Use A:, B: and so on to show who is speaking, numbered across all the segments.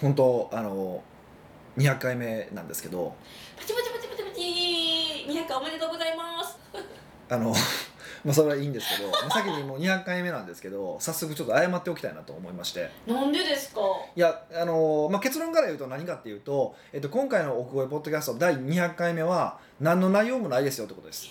A: 本当あの200回目なんですけど
B: パチパチパチパチパチ200回おめでとうございます
A: あの まあそれはいいんですけどまあ先にもう200回目なんですけど早速ちょっと謝っておきたいなと思いまして
B: なんでですか
A: いやあの、まあ、結論から言うと何かっていうと、えっと、今回の「奥越ポッドキャスト」第200回目は何の内容もないですよってことです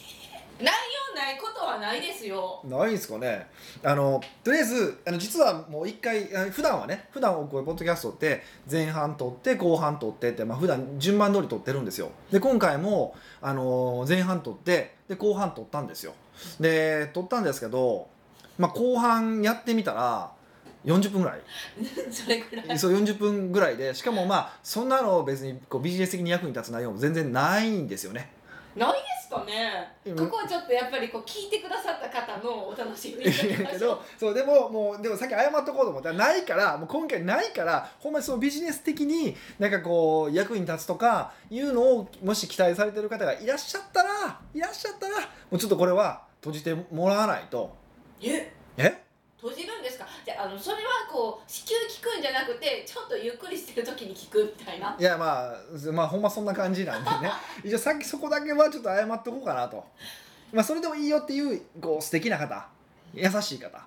B: そんなことはないですよ
A: ないんですかねあのとりあえずあの実はもう一回あ普段はね普段おこうポッドキャストって前半撮って後半撮ってって、まあ普段順番通り撮ってるんですよで今回も、あのー前半撮ってで後半撮ったんですよで撮ったんですけど、まあ、後半やってみたら40分ぐらい
B: それくらい
A: そう40分ぐらいでしかもまあそんなの別にこうビジネス的に役に立つ内容も全然ないんですよね
B: ないですかね
A: うん
B: ここはちょっとやっぱりこう聞いてくださった方のお楽しみ
A: いやけどそうでももうでもさっき謝っとこうと思ったらないからもう今回ないからほんまにそのビジネス的になんかこう役に立つとかいうのをもし期待されてる方がいらっしゃったらいらっしゃったらもうちょっとこれは閉じてもらわ ないと
B: え
A: え
B: 閉じるんですかじゃああのそれはこう至急聞くんじゃなくてちょっとゆっくりしてる時に聞くみたいない
A: やまあまあほんまそんな感じなんでね 一応さっきそこだけはちょっと謝っとこうかなと、まあ、それでもいいよっていうこう素敵な方優しい方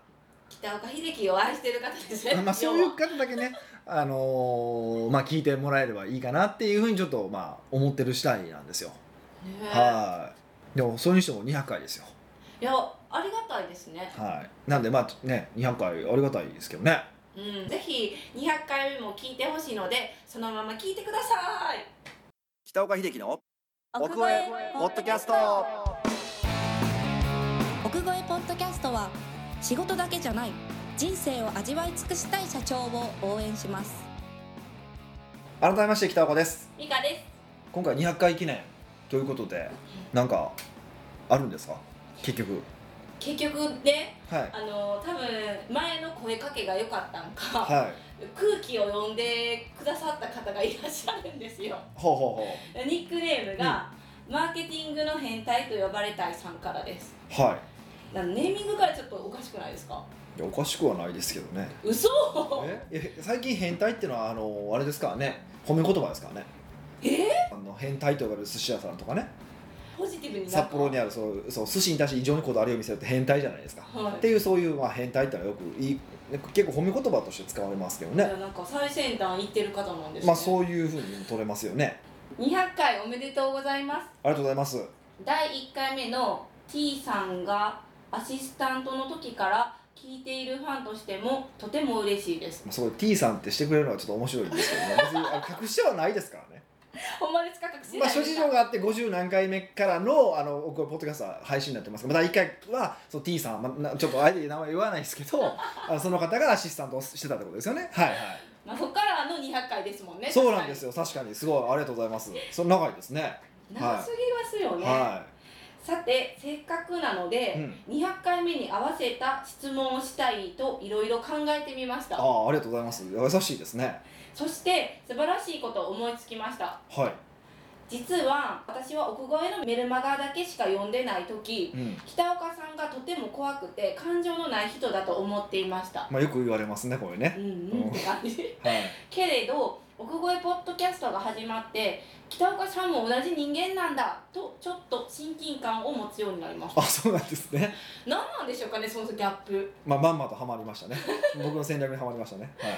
B: 北岡秀樹を愛してる方ですね
A: まあ、そういう方だけね、あのーまあ、聞いてもらえればいいかなっていうふうにちょっとまあ思ってる次第なんですよ。
B: ね
A: はいでもそれにしても200回ですよ。
B: いやありがたいですね
A: はい、なんでまあね200回ありがたいですけどね。
B: うんぜひ200回目も聞いてほしいのでそのまま聞いてください
A: 北岡秀樹の奥越ポッドキャスト
C: 奥越えポッドキャストは仕事だけじゃない人生を味わい尽くしたい社長を応援します
A: 改めまして北岡です。
B: ミカです
A: 今回200回記念ということでなんかあるんですか結局。
B: 結局ね
A: はい、
B: あの多分前の声かけが良かったんか、
A: はい、
B: 空気を読んでくださった方がいらっしゃるんですよ
A: ほうほ
B: ニックネームが、マーケティングの変態と呼ばれたいさんからです
A: うほうは
B: なネーミングからちょっとおかしくないですか
A: いいやおかしくはないですけどね。
B: 嘘
A: ええ最近変態ってのはあのあれですからね褒め言葉ですからね
B: え
A: あの変態と呼ばれる寿司屋さんとかね
B: ポジティブになん
A: 札
B: か
A: 幌にあるそうそう寿司に対して異常にこだわりを見せるって変態じゃないですか、
B: はい
A: っていうそういう、まあ、変態ってのはよくいい結構褒め言葉として使われますけど
B: い
A: ね
B: やなんか最先端行ってる方なんですね、
A: まあそういうふうに取れますよね
B: 200回おめでとうございます
A: ありがとうございます
B: 第1回目の T さんがアシスタントの時から聞いているファンとしてもとても嬉しいです
A: まあすごい T さんってしてくれるのはちょっと面白いですけどね別にあの隠してはないですからね
B: ほんまですか隠して
A: ま
B: な
A: あ、
B: い
A: 諸
B: ですか
A: 事情があって50何回目からのあの僕はポッドキャストは配信になってますけどまた1回はその T さん、まあな、ちょっとあえて名前言わないですけ どあのその方がアシスタントをしてたってことですよねはいはい
B: まあ、そこからの200回ですもんね
A: そうなんです
B: よ
A: よ確かにすごいありがとうございますその長いですね
B: 長すぎますよね、
A: は
B: さてせっかくな
A: い、
B: の
A: う
B: で、
A: ん、
B: 200回目に合わせた質問をしたいといろいろ考えてみまし
A: あ
B: た
A: あありがとうございます優しいですね
B: そして素晴らしいことを思いつきました
A: は
B: 実は私は奥越えのメルマガだけしか読んでない時
A: い、うん
B: 北岡さんがとても怖くて感情のない人だと思っていました
A: まあ、よく言われますねこれね
B: うんうんって感じ
A: はい
B: けれど奥越えポッドキャストが始まって北岡さんも同じ人間なんだとちょっと親近感を持つようになりました
A: あそうなんですね、
B: 何なんでしょうかねそのギャップ
A: まあ、まんまとハマりま したね僕の戦略にハマりましたねはい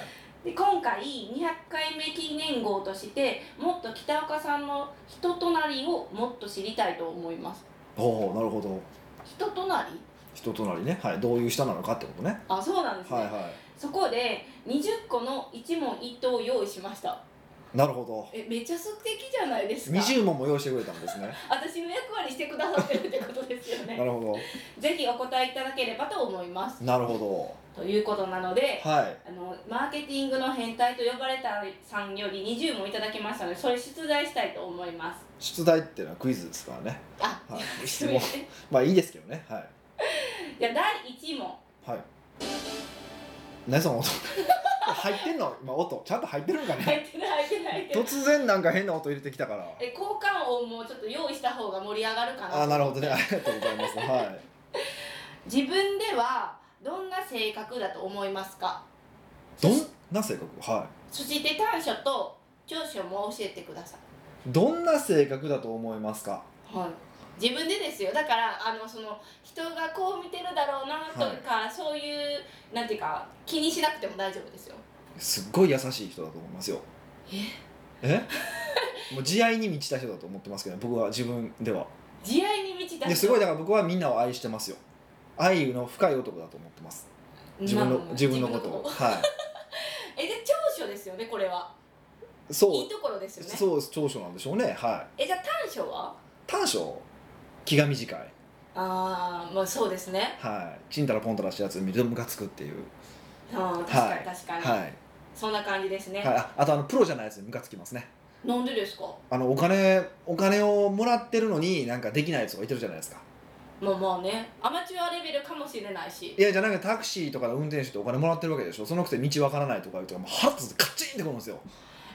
B: で今回200回目記念号としてもっと北岡さんの人となりをもっと知りたいと思います
A: おおなるほど
B: 人となり
A: 人となりね、はい、どういう人なのかってことね
B: あそうなんですね、
A: はいは
B: そこで20個の一問一答を用意しました
A: いなるほど
B: えめっちゃ素敵じゃないですか
A: 20問も用意してくれたんですね。
B: 私の役割してくださってるってことですよ
A: な
B: ね
A: るほ
B: ぜひお答えいただければと思います
A: ど。なるほ
B: ということなので
A: ど。はい。
B: あのマーケティングの変態と呼ばれたさんより20問いただきましたのでそれ出題したいと思います
A: 出題っていうのはクイズですからね。
B: あ、
A: はい。質
B: 質
A: 問
B: 問。
A: まあいいですけどね。はい。
B: じゃあ第1問
A: はい。何その 音。入ってんの今音。ちゃんと入ってるんか
B: 入
A: ね。
B: ってない入ってない入ってない
A: 突然なんか変な音入れてきたから。
B: え交換音もちょっと用意した方が盛り上がるかな
A: あーなるほどね。ありがとうござい ます。はい。
B: 自分ではどんな性格だと思いますか
A: どんな性格はい。
B: そして短所と長所も教えてくださ
A: どんな性格だと思いますか
B: いはい自分でですよだからあのその人がこう見てるだろうなとか、そういうなんていうか気にしなくても大丈夫ですよ
A: すっごい優しい人だと思いますよええもう慈愛に満ちた人だと思ってますけど僕は自分では
B: 慈愛に満ちた人
A: ですごいだから僕はみんなを愛してますよ愛の深い男だと思ってます自分の
B: まあ
A: 自分のことを
B: 自分の
A: は
B: えで長所ですよねこれはい
A: そう
B: いいところですよね
A: そうです長所なんでしょうねは
B: えじゃあ短所はい
A: 短所気が短い
B: ああまあそうですね
A: はいちんたらぽんたらしたやつ見るとムカつくっていう
B: あー
A: はい
B: 確かに確かに、
A: はい
B: そんな感じですね、
A: はい、ああとあのプロじゃないやつにムカつきますね
B: なんでですか
A: あのお金お金をもらってるのになんかできないやつがいてるじゃないですか
B: まあまあねアマチュアレベルかもしれないし
A: いやじゃなくてタクシーとかの運転手ってお金もらってるわけでしょそのくせ道わからないとか言うともう腹立つカチンってくるんですよ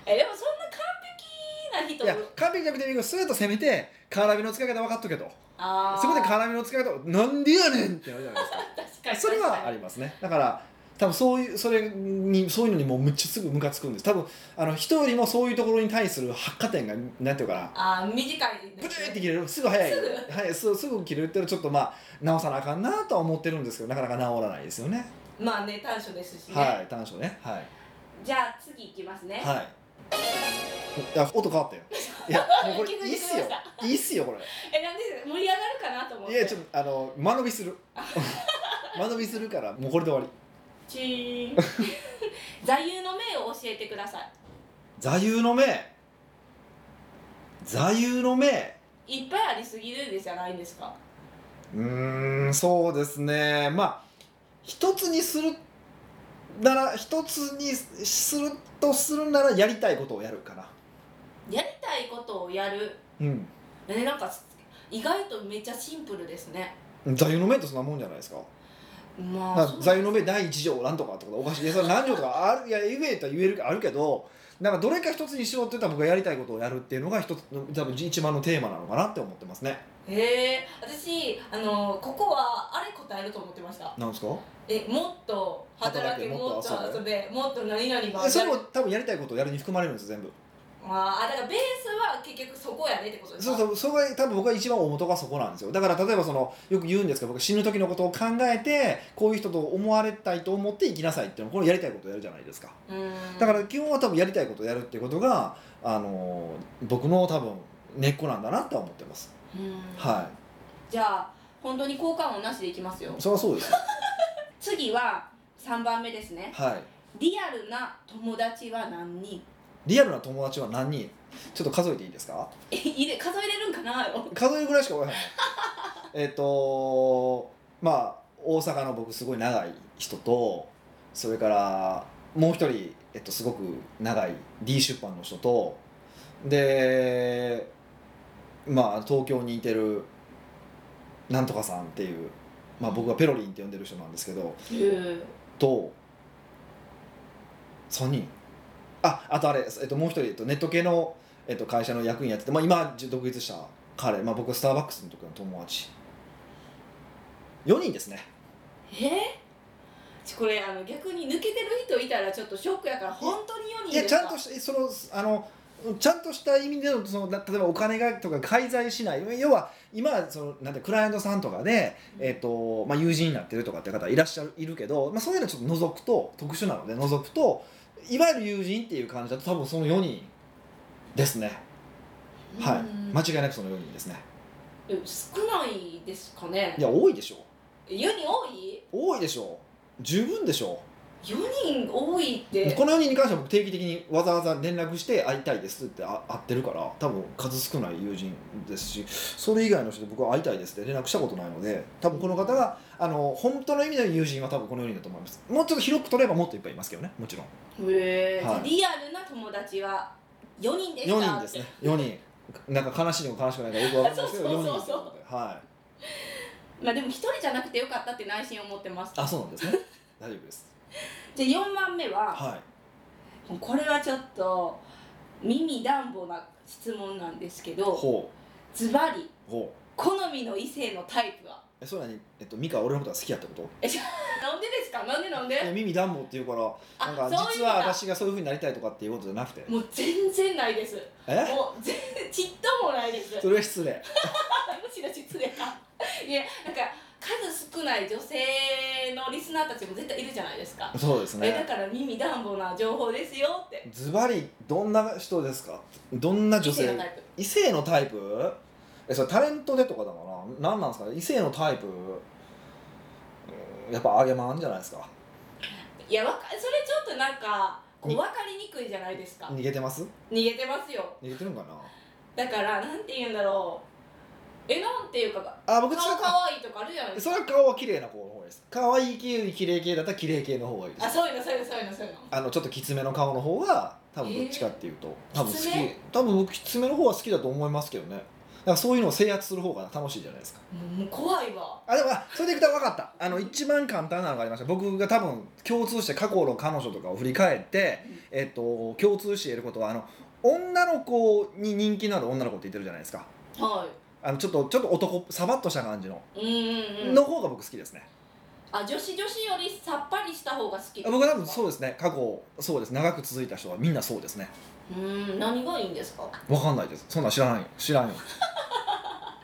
B: えでもそんな完
A: い
B: 璧な
A: や
B: 人
A: 完璧じゃなくてスーッと攻めてカーナビの使い方分かっとけと
B: あー
A: そこでカーナビの使い方なんでやねんってなるじゃないですか
B: 確かに
A: それ
B: 確
A: は
B: か
A: あ
B: に
A: りますねだから多分そういうそれにそういうのにもうむっちゃすぐムカつくんです多分あの人よりもそういうところに対する発火点がなんていうかな
B: あー短いですね
A: ブチーって切れるすぐ早い
B: す
A: はい、すすぐ切れるっていうのはちょっとまあ直さなあかんなとは思ってるんですけどなかなか直らないですよね
B: まあね短所ですしね、
A: はい短所ねはい
B: じゃあ次いきますね、
A: はいいや音変 わったよいやもうこれ
B: 気づいて
A: いいっすよ
B: くれまし
A: いいっすよこ
B: えなんで盛り上がるかなと思っ
A: れ
B: て
A: いやちょっとあの間延び する間延びするからもうこれで終わり
B: チ ーン座右の銘を教えてくださ
A: 座右の銘座右の銘
B: いいっぱいありすぎるんじゃないんですか
A: うーんそうですねまあ一つにするなら一つにするとするならやりたいことをやるかな
B: やりたいことをやる
A: うん
B: ねなんか意外とめっちゃシンプルですね
A: 座右の銘ってそんなもんじゃないですか
B: ま
A: な
B: あ
A: ん
B: そ
A: か
B: う
A: 座右の銘第一条なんとかってことおかしいいやそれ何条とかあるいや言えとは言えるあるけどなんかどれか一つにしようって言ったら僕はやりたいことをやるっていうのが一つの多分一番のテーマなのかなって思ってますね
B: へえ私あのここはあれ答えると思ってました
A: なんですか
B: えもっと働
A: 働
B: け
A: け
B: も
A: も
B: っ
A: っ
B: と
A: と
B: 遊べもっと何々が
A: えそれも多分やりたいことをやるに含まれるんです全部
B: あーあだからベースは結局そこやねってことです
A: そう
B: か
A: そうそこが多分僕は一番大元がそこなんですよだから例えばそのよく言うんですけど僕死ぬ時のことを考えてこういう人と思われたいと思って生きなさいっていうのこれやりたいことをやるじゃないですか
B: うーん
A: だから基本は多分やりたいことをやるっていうことが、あのー僕の多分根っこなんだなって思ってます、
B: うーん
A: は
B: じゃあ本当に交換音なしでいきますよ
A: いそれはそうですよ
B: 次は3番目ですね
A: はい
B: リアルな友達は何人
A: リアルな友達は何人ちょっと数えていいですか
B: えいれ数えれるんかなよ
A: 数えるぐらいしかわからないえっとまあ大阪の僕すごい長い人とそれからもう一人、えっと、すごく長い D 出版の人とでまあ東京にいてるなんとかさんっていう、まあ、僕はペロリンって呼んでる人なんですけどと3人ああとあれ、えっと、もう一人、えっと、ネット系の、えっと、会社の役員やってて、まあ、今独立した彼、まあ、僕はスターバックスの時の友達4人ですね
B: えちょこれあの逆に抜けてる人いたらちょっとショックやから本当に4
A: い
B: 人
A: や
B: で
A: ち
B: すか
A: ゃんとしてそのあのちゃんとした意味でのそのな例えばお金がとか介在しない要は今はそのなんてクライアントさんとかで、えっとまあ、友人になってるとかって方いらっしゃるいるけど、まあ、そういうのちょっと除くと特殊なので除くといわゆる友人っていう感じだと多分その4人ですねはい
B: うん
A: 間違いなくその4人ですね
B: え少ないですかね
A: いや多いでしょ
B: 4人多い
A: 多いでしょ十分でしょ
B: ?4 人多いって
A: この4人に関しては僕定期的にわざわざ連絡して会いたいですってあ会ってるから多分数少ない友人ですしそれ以外の人と僕は会いたいですって連絡したことないので多分この方があの本当の意味での友人は多分この4人だと思いますもうちょっと広く取ればもっといっぱいいますけどねもちろん
B: へえ、
A: はい
B: リアルな友達は4人でした
A: 4人ですね4人 なんか悲しいのか悲しくないのかよくわかんないですけど
B: そう
A: 4
B: そう
A: 人
B: そう
A: です
B: そう
A: はい
B: まあでも1人じゃなくてよかったって内心思ってます
A: あそうなんですね大丈夫です
B: じゃあ4番目は、
A: はい
B: これはちょっと耳暖房な質問なんですけど
A: ほ
B: ズバリ
A: うほう
B: 好みの異性のタイプは
A: えそれなに、えっと、ミカは俺のことが好きやってこと
B: なんでですかなんでなんで
A: いや耳暖房っていうから
B: あ
A: なんか
B: そういう
A: 実
B: の
A: は
B: か
A: 私がそういうふうになりたいとかっていうことじゃなくて
B: もう全然ないです
A: え
B: もう全然ちっともないです
A: それは失礼
B: むしろ失礼か いやなんか数少ない女性のリスナーたちも絶対いるじゃないですか、
A: そうです
B: えだ
A: ね
B: から耳暖房な情報ですよって
A: ズバリどんな人ですかどんな女
B: 異
A: 性
B: 性のタイプ
A: 異性のタイプえそれタレントでとかだから何なんですかね異性のタイプうんやっぱあげまんじゃないですか
B: いやわかそれちょっとなんかこう
A: に
B: 分かりにくいじゃないですか
A: 逃げてます
B: 逃げてますよ
A: 逃げてるんかな
B: だからなんて言うんだろうえなんていうか
A: あ僕
B: 顔
A: ち
B: 可愛いとかあるじゃないです
A: そ
B: か
A: れは顔は綺麗な方の方がいいです可愛い系より綺麗系だったら綺麗系の方がいいです
B: あそういうのそういうのそういうのそういうの
A: あのちょっときつめの顔の方が多分どっちかっていうと、多分好き
B: きつめ
A: 多分僕きつめの方は好きだと思いますけどねだからそういうのを制圧する方が楽しいじゃないですか
B: もうもう怖いわ
A: あでもあそれでいくと分かったあの一番簡単なのがありました僕が多分共通して過去の彼女とかを振り返って、えっと共通していることはあの女の子に人気のある女の子って言ってるじゃないですか
B: は
A: あのちょっとちょっと男サバッとした感じの、
B: いうんうんうん
A: の方が僕好きですね
B: あ女子女子よりさっぱりした方が好き
A: 僕は多分
B: う
A: そうですね過去そうです長く続いた人はみんなそうですね
B: うん何がいいんですか
A: 分かんないですそんなん知らないよ知らんよ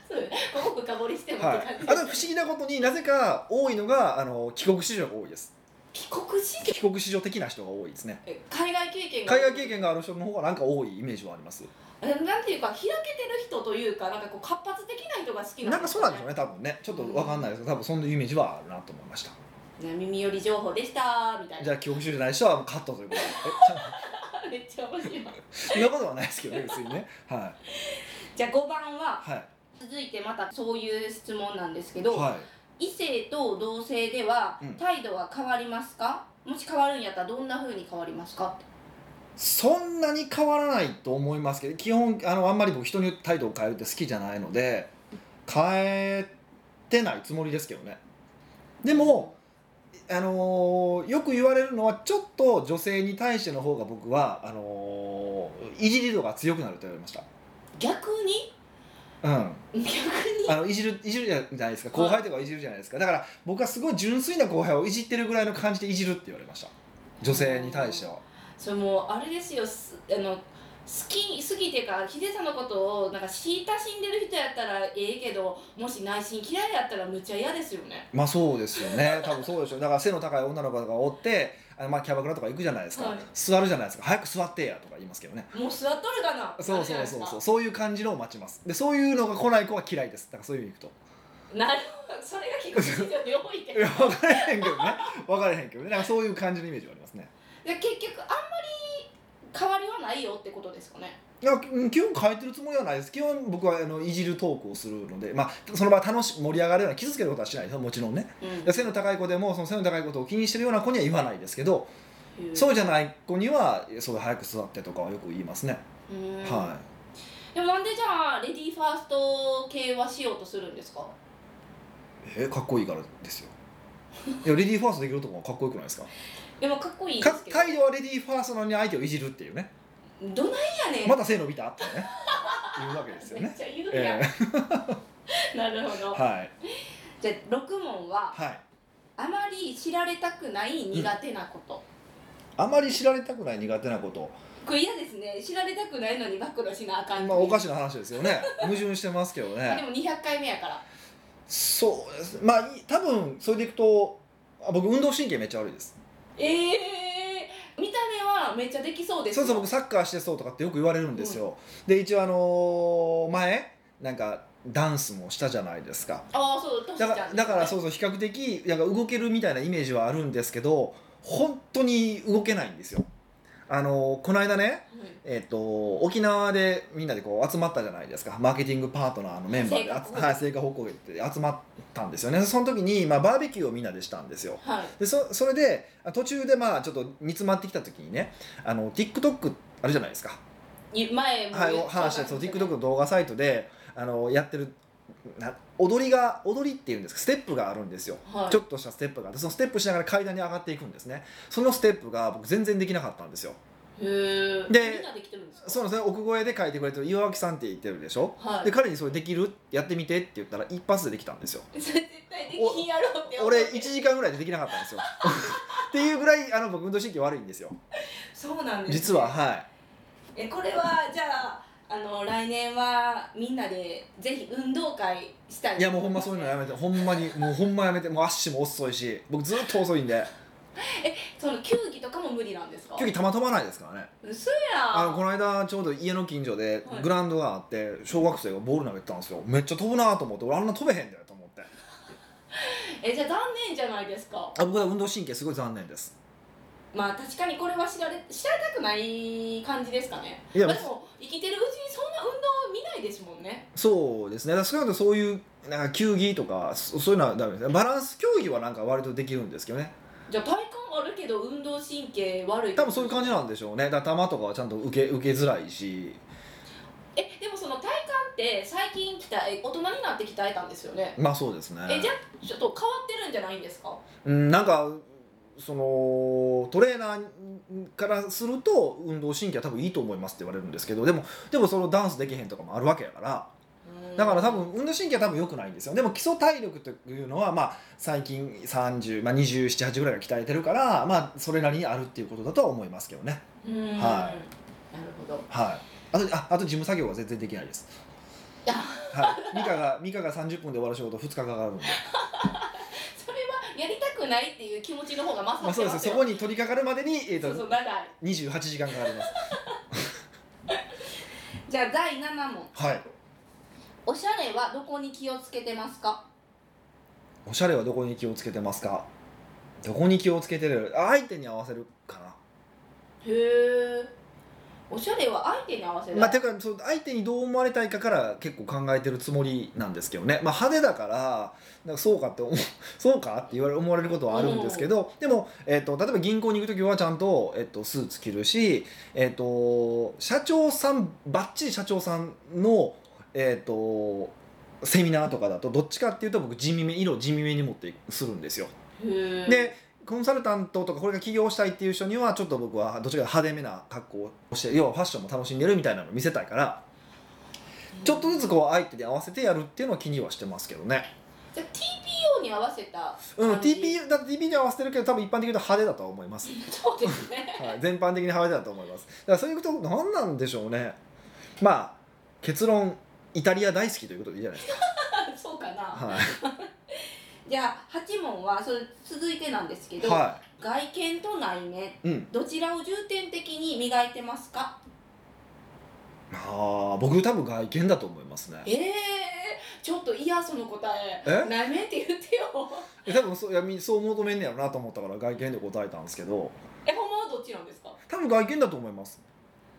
B: そうここ深掘りしてもって
A: は
B: 感
A: い、
B: じ
A: あと不思議なことになぜか多いのがあの帰国子女が多いです
B: 帰国子女
A: 帰国子女的な人が多いですね
B: え海外経験が
A: 海外経験がある人の方がなんか多いイメージはあります
B: えなんていうか開けてる人というかなんかこう活発的な人が好き
A: なんかそうなんでしょ
B: す
A: うね多分ねちょっと分かんないですけど多分そんなイメージはあるなと思いました
B: ね耳寄り情報でしたみたい
A: じ
B: な
A: ゃあ帰国子女じゃない人はもうカットということで
B: めっちゃ面白い
A: えそんなことはないですけどね別にねは
B: じゃあ5番はい
A: はい
B: 続いてまたそういう質問なんですけど、
A: は
B: 異性と同性では
A: うん
B: 態度は変わりますか、もし変わるんやったらどんな風に変わりますかって
A: いそんなに変わらないと思いますけど基本あのあんまり僕人に態度を変えるって好きじゃないので変えてないつもりですけどねでもあのーよく言われるのはちょっと女性に対しての方が僕はあのーいじり度が強くなると言われました。
B: 逆に
A: うん、
B: 逆に
A: あのいじるいじるじゃないですか後輩とかをいじるじゃないですかだから僕はすごい純粋な後輩をいじってるぐらいの感じでいじるって言われました女性に対しては
B: それもうあれですよすあの好き好きっていうかヒデさんのことをなんか親しんでる人やったらええけどもし内心嫌いやったらむっちゃ嫌ですよね
A: まあそうですよね多分そうでしょうだから背の高い女の子がおってあのまあキャバクラとか行くじゃないですか、
B: はい
A: 座るじゃないですか早く座ってやとか言いますけどね
B: もう座っとるかな
A: そうそうそうそううそういう感じのを待ちますでそういうのが来ない子は嫌いですだからそういう意味でいくと
B: なるほどそれが結構非常に 多いけ
A: い
B: ど
A: や分からへんけどね分からへんけどねなんかそういう感じのイメージがありますね
B: で結局あんまり変わりはないよってことですかね
A: いやうん基本変えてるつもりはないです基本僕はあのいじるトークをするので、まあ、その場楽し盛り上がるような傷つけることはしないですよもちろんね
B: うん
A: で背の高い子でもその背の高いことを気にしてるような子には言わないですけど、
B: うん
A: そうじゃない子にはそう早く座ってとかはよく言いますね、
B: うん
A: は
B: でもなんでじゃあレディーファースト系はしようとするんですか
A: いえーかっこいいからですよいやレディーファーストできるとこはかっこよくないですか
B: でもかっこいいで
A: か
B: すけど
A: 態度はレディーファーストなのに相手をいじるっていうね
B: どないやねん、
A: また背伸びたってね言うわけですよ
B: め
A: ね
B: っちゃ言うやん、
A: え
B: なるほ
A: え
B: ど
A: はい
B: じゃあ6問は
A: はい
B: あまり知られたくない苦手なこと、
A: あまり知られたくない苦手なこと、
B: これ嫌ですね知られたくないのに暴露しなあかん
A: まあ、おか
B: し
A: しな話ですよね矛盾してますけど
B: で
A: ね
B: も200回目やから
A: そうですまあい多分それでいくとあ僕運動神経めっちゃ悪いです
B: ええー、見た目はめっちゃできそうです
A: そうそう僕サッカーしてそうとかってよく言われるんですよ、で一応あのー前なんかダンスもしたじゃないですか
B: ああそうトシち
A: だ
B: ゃ
A: か
B: んです
A: ら
B: ね
A: だからそうそう比較的なんか動けるみたいなイメージはあるんですけど本当に動けないんですよあのーこの間ね
B: うん
A: えっと沖縄でみんなでこう集まったじゃないですかマーケティングパートナーのメンバーであつ
B: 成果報告
A: はい成果報告会って集まったんですよねその時に、まあ、バーベキューをみんなでしたんですよ
B: はい
A: でそそれであ途中でまあちょっと煮詰まってきた時にねあの TikTok あるじゃないですか、
B: ゆ前も
A: はい、お話したそう TikTok の動画サイトであのやってるな踊りが踊りっていうんですかステップがあるんですよ
B: はい
A: ちょっとしたステップがあってそのステップしながら階段に上がっていくんですねそのステップが僕全然できなかったんですよ
B: へえ
A: で
B: みんなできてるんですか
A: そうなんですね奥越えで書いてくれてる岩脇さんって言ってるでしょ
B: は
A: で
B: い
A: 彼にそれできるやってみてって言ったら一発でできたんですよ
B: それ絶対できんやろうって思っ
A: 俺
B: て
A: 1時間ぐらいでできなかったんですよっていうぐらいあの僕運動神経悪いんですよ
B: そうなんですね
A: 実ははい
B: えこれはじゃああの来年はみんなでぜひ運動会したい
A: いやもうほんまそういうのやめてほんまにもうほんまやめてもう足も遅いし僕ずっと遅いんで
B: その球技とかも無理なんですか
A: 球技たまたまないですからね
B: 嘘や
A: あのこの間ちょうど家の近所で
B: はい
A: グラウンドがあって小学生がボール投げてたんですよめっちゃ飛ぶなと思って俺あんな飛べへんだよと思って
B: えじゃあ残念じゃないですか
A: あ僕は運動神経すごい残念です
B: まあ確かにこれは知られ知られたくない感じですかね
A: いや
B: まあ、でも生きてるうちにそんな運動見ないですもんね
A: そうですねだから少なくともそういうなんか球技とかそそういうのはダメですねバランス競技はなんか割とできるんですけどね
B: じゃあ体幹あるけど運動神経悪い
A: 多分そういう感じなんでしょうねだから球とかはちゃんと受け受けづらいし
B: えでもその体幹って最近鍛え大人になって鍛えたんですよね
A: まあそうですね
B: えじゃあちょっと変わってるんじゃないんですか
A: うん、なんかそのトレーナーからすると運動神経は多分いいと思いますって言われるんですけどでもでもそのダンスできへんとかもあるわけやから
B: うん
A: だから多分運動神経は多分良くないんですよでも基礎体力というのはまあ最近30、まあ、278ぐらいが鍛えてるからまあそれなりにあるっていうことだとは思いますけどね
B: うん
A: は
B: なるほど
A: はいあとああと事務作業は全然できないです
B: いや
A: はい美香が美香が30分で終わる仕事2日かかるんで
B: それはやりたくないっていう気持ちの方が勝
A: まあ
B: っ
A: そう
B: て
A: で
B: ますす
A: そ
B: よ、
A: こに取り掛かるまでに、えー、
B: そうそ
A: と
B: う長い
A: 28時間かかります
B: じゃあ第7問
A: はい
B: おしゃれはどこに気をつけてますか
A: おしゃれはどこに気をつけてますかどこに気をつけてるあ相手に合わせるか
B: へえおしゃれは相手に合わせ
A: な、
B: る、
A: まあ、ていうかそう相手にどう思われたいかから結構考えてるつもりなんですけどね、まあ、派手だからなんかそうかって思う そうかって言われ思われることはあるんですけどでも、えっと例えば銀行に行く時はちゃんと、えっとスーツ着るし、えっと社長さんばっちり社長さんの、えっとセミナーとかだとどっちかっていうと僕地味め色を地味めに持ってするんですよ。
B: へえ
A: でコンサルタントとかこれが起業したいっていう人にはちょっと僕はどっちかというと派手めな格好をして要はファッションも楽しんでるみたいなのを見せたいからちょっとずつこう相手に合わせてやるっていうのは気にはしてますけどね、
B: じゃあ TPO に合わせた
A: うん、
B: 感じ
A: TPU だって TPU に合わせてるけど多分一般的に言うと派手だとは思います、
B: そうですね
A: はい、全般的に派手だと思いますだからそういうこと何なんでしょうねまあ結論イタリア大好きということでいいじゃないです
B: そうかな、
A: か、は
B: じゃあ8問はそれ続いてなんですけ
A: い、
B: ど、
A: は
B: 外見と内面
A: い、うん
B: どちらを重点的に磨いてますか
A: ああ僕多分外見だと思いますね
B: ええー、ちょっといやその答え
A: え
B: 内面って言ってよ
A: え多分そういやみそう求めんねやろなと思ったから外見で答えたんですけど
B: えほんまはどっちなんですか
A: 多分外見だと思います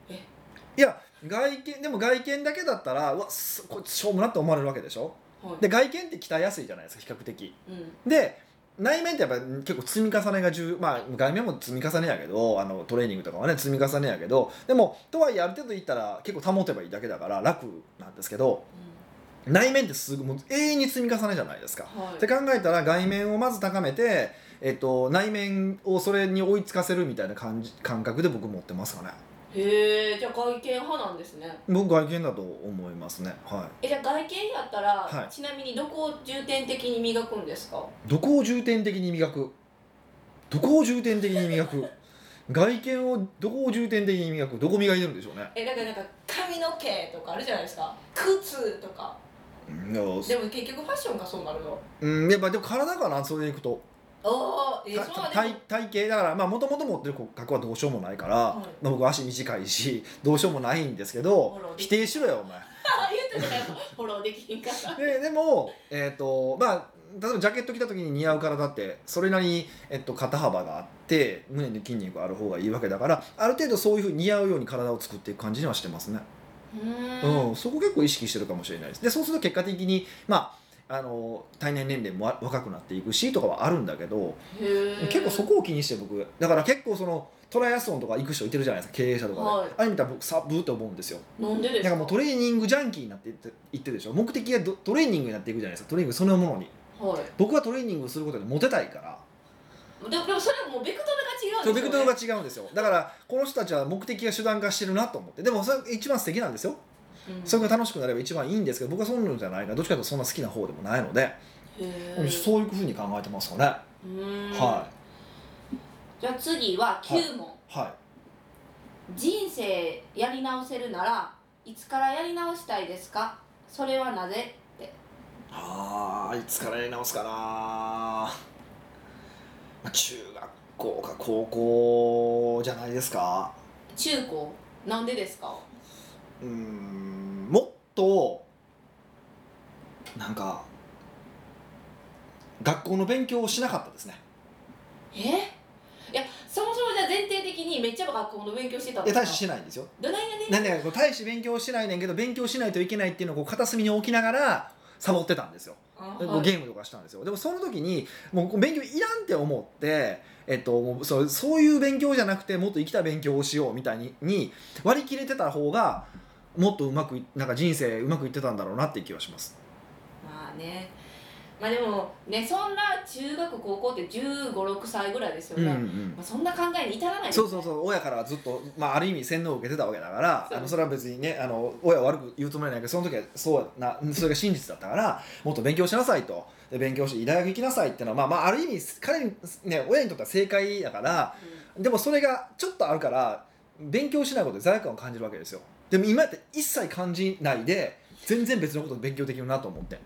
B: え
A: いや外見でも外見だけだったらうわすこいつしょうもなって思われるわけでしょ
B: はい
A: で外見って鍛えやすいじゃないですか比較的
B: うん
A: で内面ってやっぱ結構積み重ねが重まあ外面も積み重ねやけどあのトレーニングとかはね積み重ねやけどでもとはいえある程度いったら結構保てばいいだけだから楽なんですけど内面ってすぐもう永遠に積み重ねじゃないですか
B: うんはい
A: って考えたら外面をまず高めて、えっと、内面をそれに追いつかせるみたいな感じ感覚で僕持ってますかね
B: へえじゃあ外見派なんですね
A: 僕外見だと思いますねは
B: えじゃあ外見やったら、
A: はい
B: ちなみにどこを重点的に磨くんですか
A: いどこを重点的に磨くどこを重点的に磨く外見をどこを重点的に磨くどこ磨いてるんでしょうね
B: えだからなんか髪の毛とかあるじゃないですか靴とか
A: うんいや
B: でも結局ファッションがそうなるの
A: うんやっぱでも体かなそれでいくと
B: おおえ
A: た
B: そうはでも
A: 体体型だからまあもともと持ってる骨格はどうしようもないから、
B: はい
A: 僕足短いしどうしようもないんですけど
B: あら
A: 否定しろよお前
B: あ言うとじゃないフォローできひん かった
A: ででも、えーとまあ、例えばジャケット着た時に似合う体ってそれなりに、えっと、肩幅があって胸に筋肉ある方がいいわけだからある程度そういうふうに似合うように体を作っていく感じにはしてますね、うん
B: う
A: そこ結構意識してるかもしれないですでそうすると結果的に、まあ、あの体内年齢もわ若くなっていくしとかはあるんだけど
B: ーん
A: 結構そこを気にして僕だから結構そのトライアスロンとか行く人いてるじゃないですか経営者とかで、
B: はい
A: あれ見たら僕サブーって思うんですよ
B: なんでです
A: だか
B: から
A: もうトレーニングジャンキーになっていっていってるでしょ目的がどトレーニングになっていくじゃないですかトレーニングそのものに
B: はい
A: 僕はトレーニングをすることでモテたいから
B: でもでもそれはもうベクトルが違
A: そううん
B: で
A: ベ
B: す
A: ク
B: よ、ね、
A: トルが違うんですよだからこの人たちは目的が手段化してるなと思ってでもそれが一番素敵なんですよ
B: うん
A: それが楽しくなれば一番いいんですけど僕はそういうのじゃないからどっちかというとそんな好きな方でもないので、
B: へー
A: そういうふうに考えてますよね、
B: うーん
A: は
B: じゃあ次は9問、
A: いはい
B: 人生やり直せるならいつからやり直したいですかそれはなぜって
A: あーいつからやり直すかな、まあ、中学校か高校じゃないですか
B: 中高なんでですか
A: うーんもっとなんか学校の勉強をしなかったですね
B: えいやそもそもじゃあ前提的にめっちゃ学校の勉強してたん
A: いや
B: で
A: 大してし
B: す
A: て
B: か
A: ないんですよ
B: どないやねん
A: なんでこう大して勉強してないねんけど勉強しないといけないっていうのをこう片隅に置きながらサボってたんですよ
B: あ
A: で
B: は
A: こう
B: い
A: ゲームとかしたんですよでもその時にもうこう勉強いらんって思って、えっと、もうそうそういう勉強じゃなくてもっと生きた勉強をしようみたいにに割り切れてた方がもっとうまくいなんか人生うまくいってたんだろうなっていう気はします
B: まあねまあでもねそんな中学高校って1 5六6歳ぐらいですよ
A: うん
B: ね、
A: うんう
B: ま
A: ん
B: あ、そんな考えに至らないです
A: そうそう
B: う
A: そう親からはずっと、まあ、ある意味洗脳を受けてたわけだから
B: そう
A: あのそれは別にねあの親を悪く言うつもりはないけどその時はそうやなそれが真実だったからもっと勉強しなさいとで勉強して大学行きなさいっていうのは、まあ、まあある意味彼に、ね、親にとっては正解だからでもそれがちょっとあるから勉強しないことで罪悪感を感じるわけですよでも今やって一切感じないで全然別のことで勉強できるなと思って
B: ん、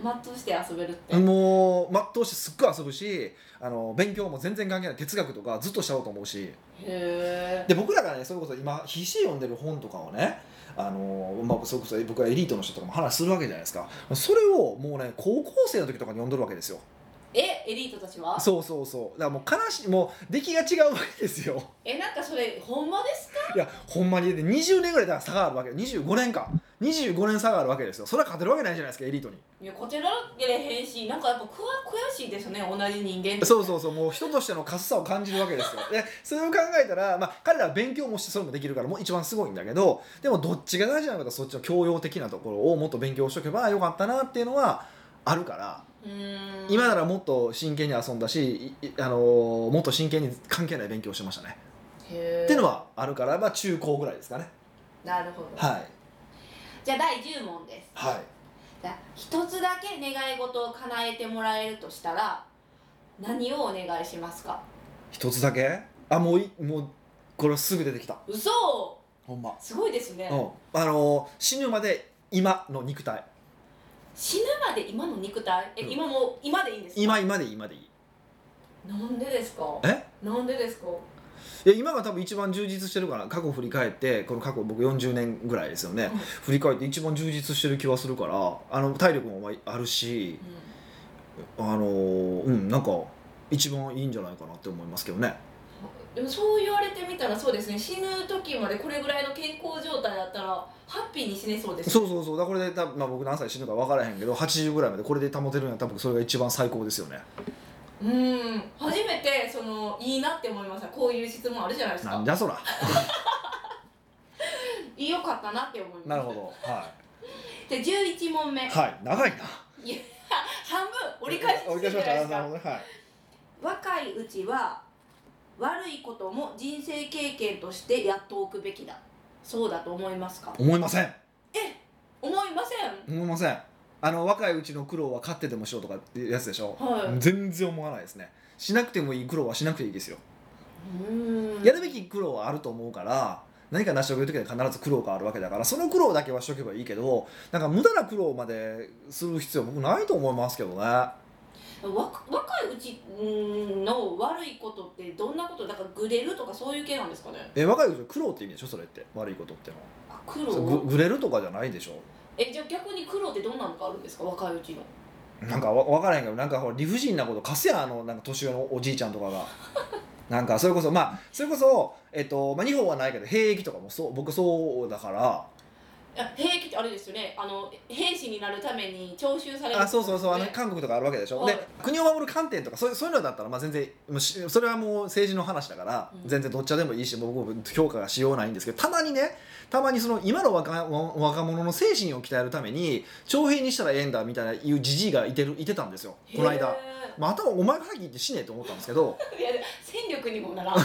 B: 全うして遊べるって、
A: もう全うしてすっごい遊ぶしあの勉強も全然関係ない哲学とかずっとしちゃおうと思うし
B: へ
A: で僕らがねそれこそ今必死で読んでる本とかをねあのまあ、それこそ僕はエリートの人とかも話するわけじゃないですかそれをもうね高校生の時とかに読んどるわけですよ
B: ええエリートたちは
A: そうそうそうだからもう悲しいもう出来が違うわけですよ
B: えなんかそれほんまですか
A: いやほんまにで20年ぐらいだから差があるわけ25年か25年差があるわけですよそれは勝てるわけないじゃないですかエリートに
B: いやこちられへんしなんかやっぱくわ悔しいですよね同じ人間
A: そう
B: う
A: そうそうもう人としてのかすさを感じるわけですよでそれを考えたら、まあ、彼らは勉強もしてそれもできるからもう一番すごいんだけどでもどっちが大事なのかとそっちの教養的なところをもっと勉強しとけばよかったなっていうのはあるから
B: うーん
A: 今ならもっと真剣に遊んだし、いいあのーもっと真剣に関係ない勉強をしてましたね、
B: へー
A: っていうのはあるから、まあ、中高ぐらいですかね
B: なるほど、
A: はい
B: じゃあ第10問です
A: はい
B: じゃあ一つだけ願い事を叶えてもらえるとしたら何をお願いしますか
A: 一つだけあもういもうこれすぐ出てきた
B: 嘘
A: ほんま、
B: すごいですね、
A: うん、あのー死ぬまで今の肉体
B: 死ぬまで今の肉体え、
A: うん
B: 今も今でいいんですか
A: 今今で今でいい
B: なんでですか
A: え
B: なんでですか
A: いや今が多分一番充実してるから過去振り返ってこの過去僕40年ぐらいですよね、
B: うん
A: 振り返って一番充実してる気はするからあの体力もまああるし
B: う
A: あのーうんなんか一番いいんじゃないかなって思いますけどね
B: ん、でもそう言われてみたらそうですね死ぬ時までこれぐらいの健康状態だったらハッピーに死ねそうです
A: そうそうそうだからこれで多分、まあ、僕何歳死ぬか分からへんけど80ぐらいまでこれで保てるんやったら僕それが一番最高ですよね
B: うーん初めてそのいいなって思いましたこういう質問あるじゃないです
A: なん
B: か
A: じゃそら
B: いいよかったなって思いました
A: なるほどは
B: で11問目
A: い、はい、長いな
B: 半分折り返し
A: 折り
B: て
A: 返
B: る
A: し
B: じゃ
A: ま
B: ないで
A: し
B: す
A: たなるほどね
B: か
A: はい
B: 若いうちは悪いことも人生経験としてやっておくべきだそうだと思いますか
A: 思いません
B: 思いません
A: 思いませんあの若いうちの苦労は勝っててもしようとかってやつでしょ、
B: はい
A: 全然思わないですねしなくてもいい苦労はしなくていいですよ、
B: うん
A: やるべき苦労はあると思うから何か成し遂げる時には必ず苦労があるわけだからその苦労だけはしとけばいいけどなんか無駄な苦労までする必要は僕ないと思いますけどね
B: 若若いうちうんの悪いことってどんなことだからグレるとかそういう系なんですかね
A: え若いうちの苦労って意味でしょそれって悪いことってのは
B: あ苦
A: それ
B: 労
A: ぐぐれるとかじゃないでしょ
B: えじゃあ逆に苦労ってどんなのがあるんですか若いうちの
A: なんかわ分からへんけどなんかほら理不尽なこと貸すやんあのなんか年上のおじいちゃんとか がなんかそれこそまあそれこそ、えっとまあ、日本はないけど兵役とかもそう僕そうだから
B: や兵役ってあれですよねあの兵士になるために徴収される
A: あそうそうそうあの
B: ね
A: 韓国とかあるわけでしょ
B: はい
A: で国を守る観点とかそういうそういうのだったらまあ全然もうしそれはもう政治の話だから
B: うん
A: 全然どっちでもいいし僕も評価がしようないんですけどたまにねたまにその今の若若者の精神を鍛えるために徴兵にしたらええんだみたいないうじじいがいてるいてたんですよこの間。
B: へ
A: まあ、頭お前が先言って死ねえと思ったんですけ ど
B: ー いや戦力にもならんは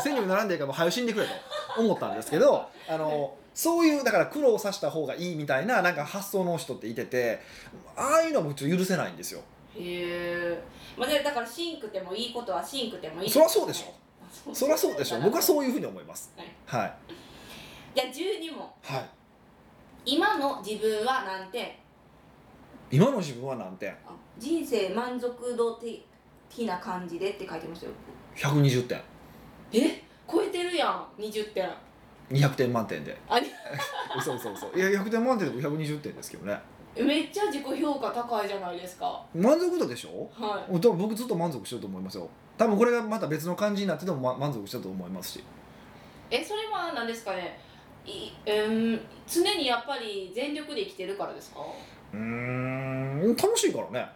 A: 戦力並んでるからもう早く死んでくれと思ったんですけどあのそういうだから苦労させた方がいいみたいななんか発想の人っていててああいうのは僕ちょっと許せないんですよ。
B: へえ、まあ、でだからシンクでもいいことはシンクでもいい
A: そりゃそうでしょ
B: あそ
A: そりゃそうでしょ僕は
B: う
A: そういうふうに思いますはい
B: じゃあ12問
A: はい
B: 今の自分は何点
A: 今の自分は何点
B: あ人生満足度的的な感じでって書いてますよ
A: 120点
B: え超えてるやん20点
A: 200点満点で
B: あに
A: 嘘嘘嘘いや100点満点でも120点ですけどね
B: めっちゃ自己評価高いじゃないですか
A: 満足度でしょ
B: は
A: 多分僕ずっと満足してると思いますよ多分これがまた別の感じになっててもま満足してると思いますし
B: いえそれは何ですかねい、うん、常にやっぱり全力で生きてるからですか
A: うーん楽しいからね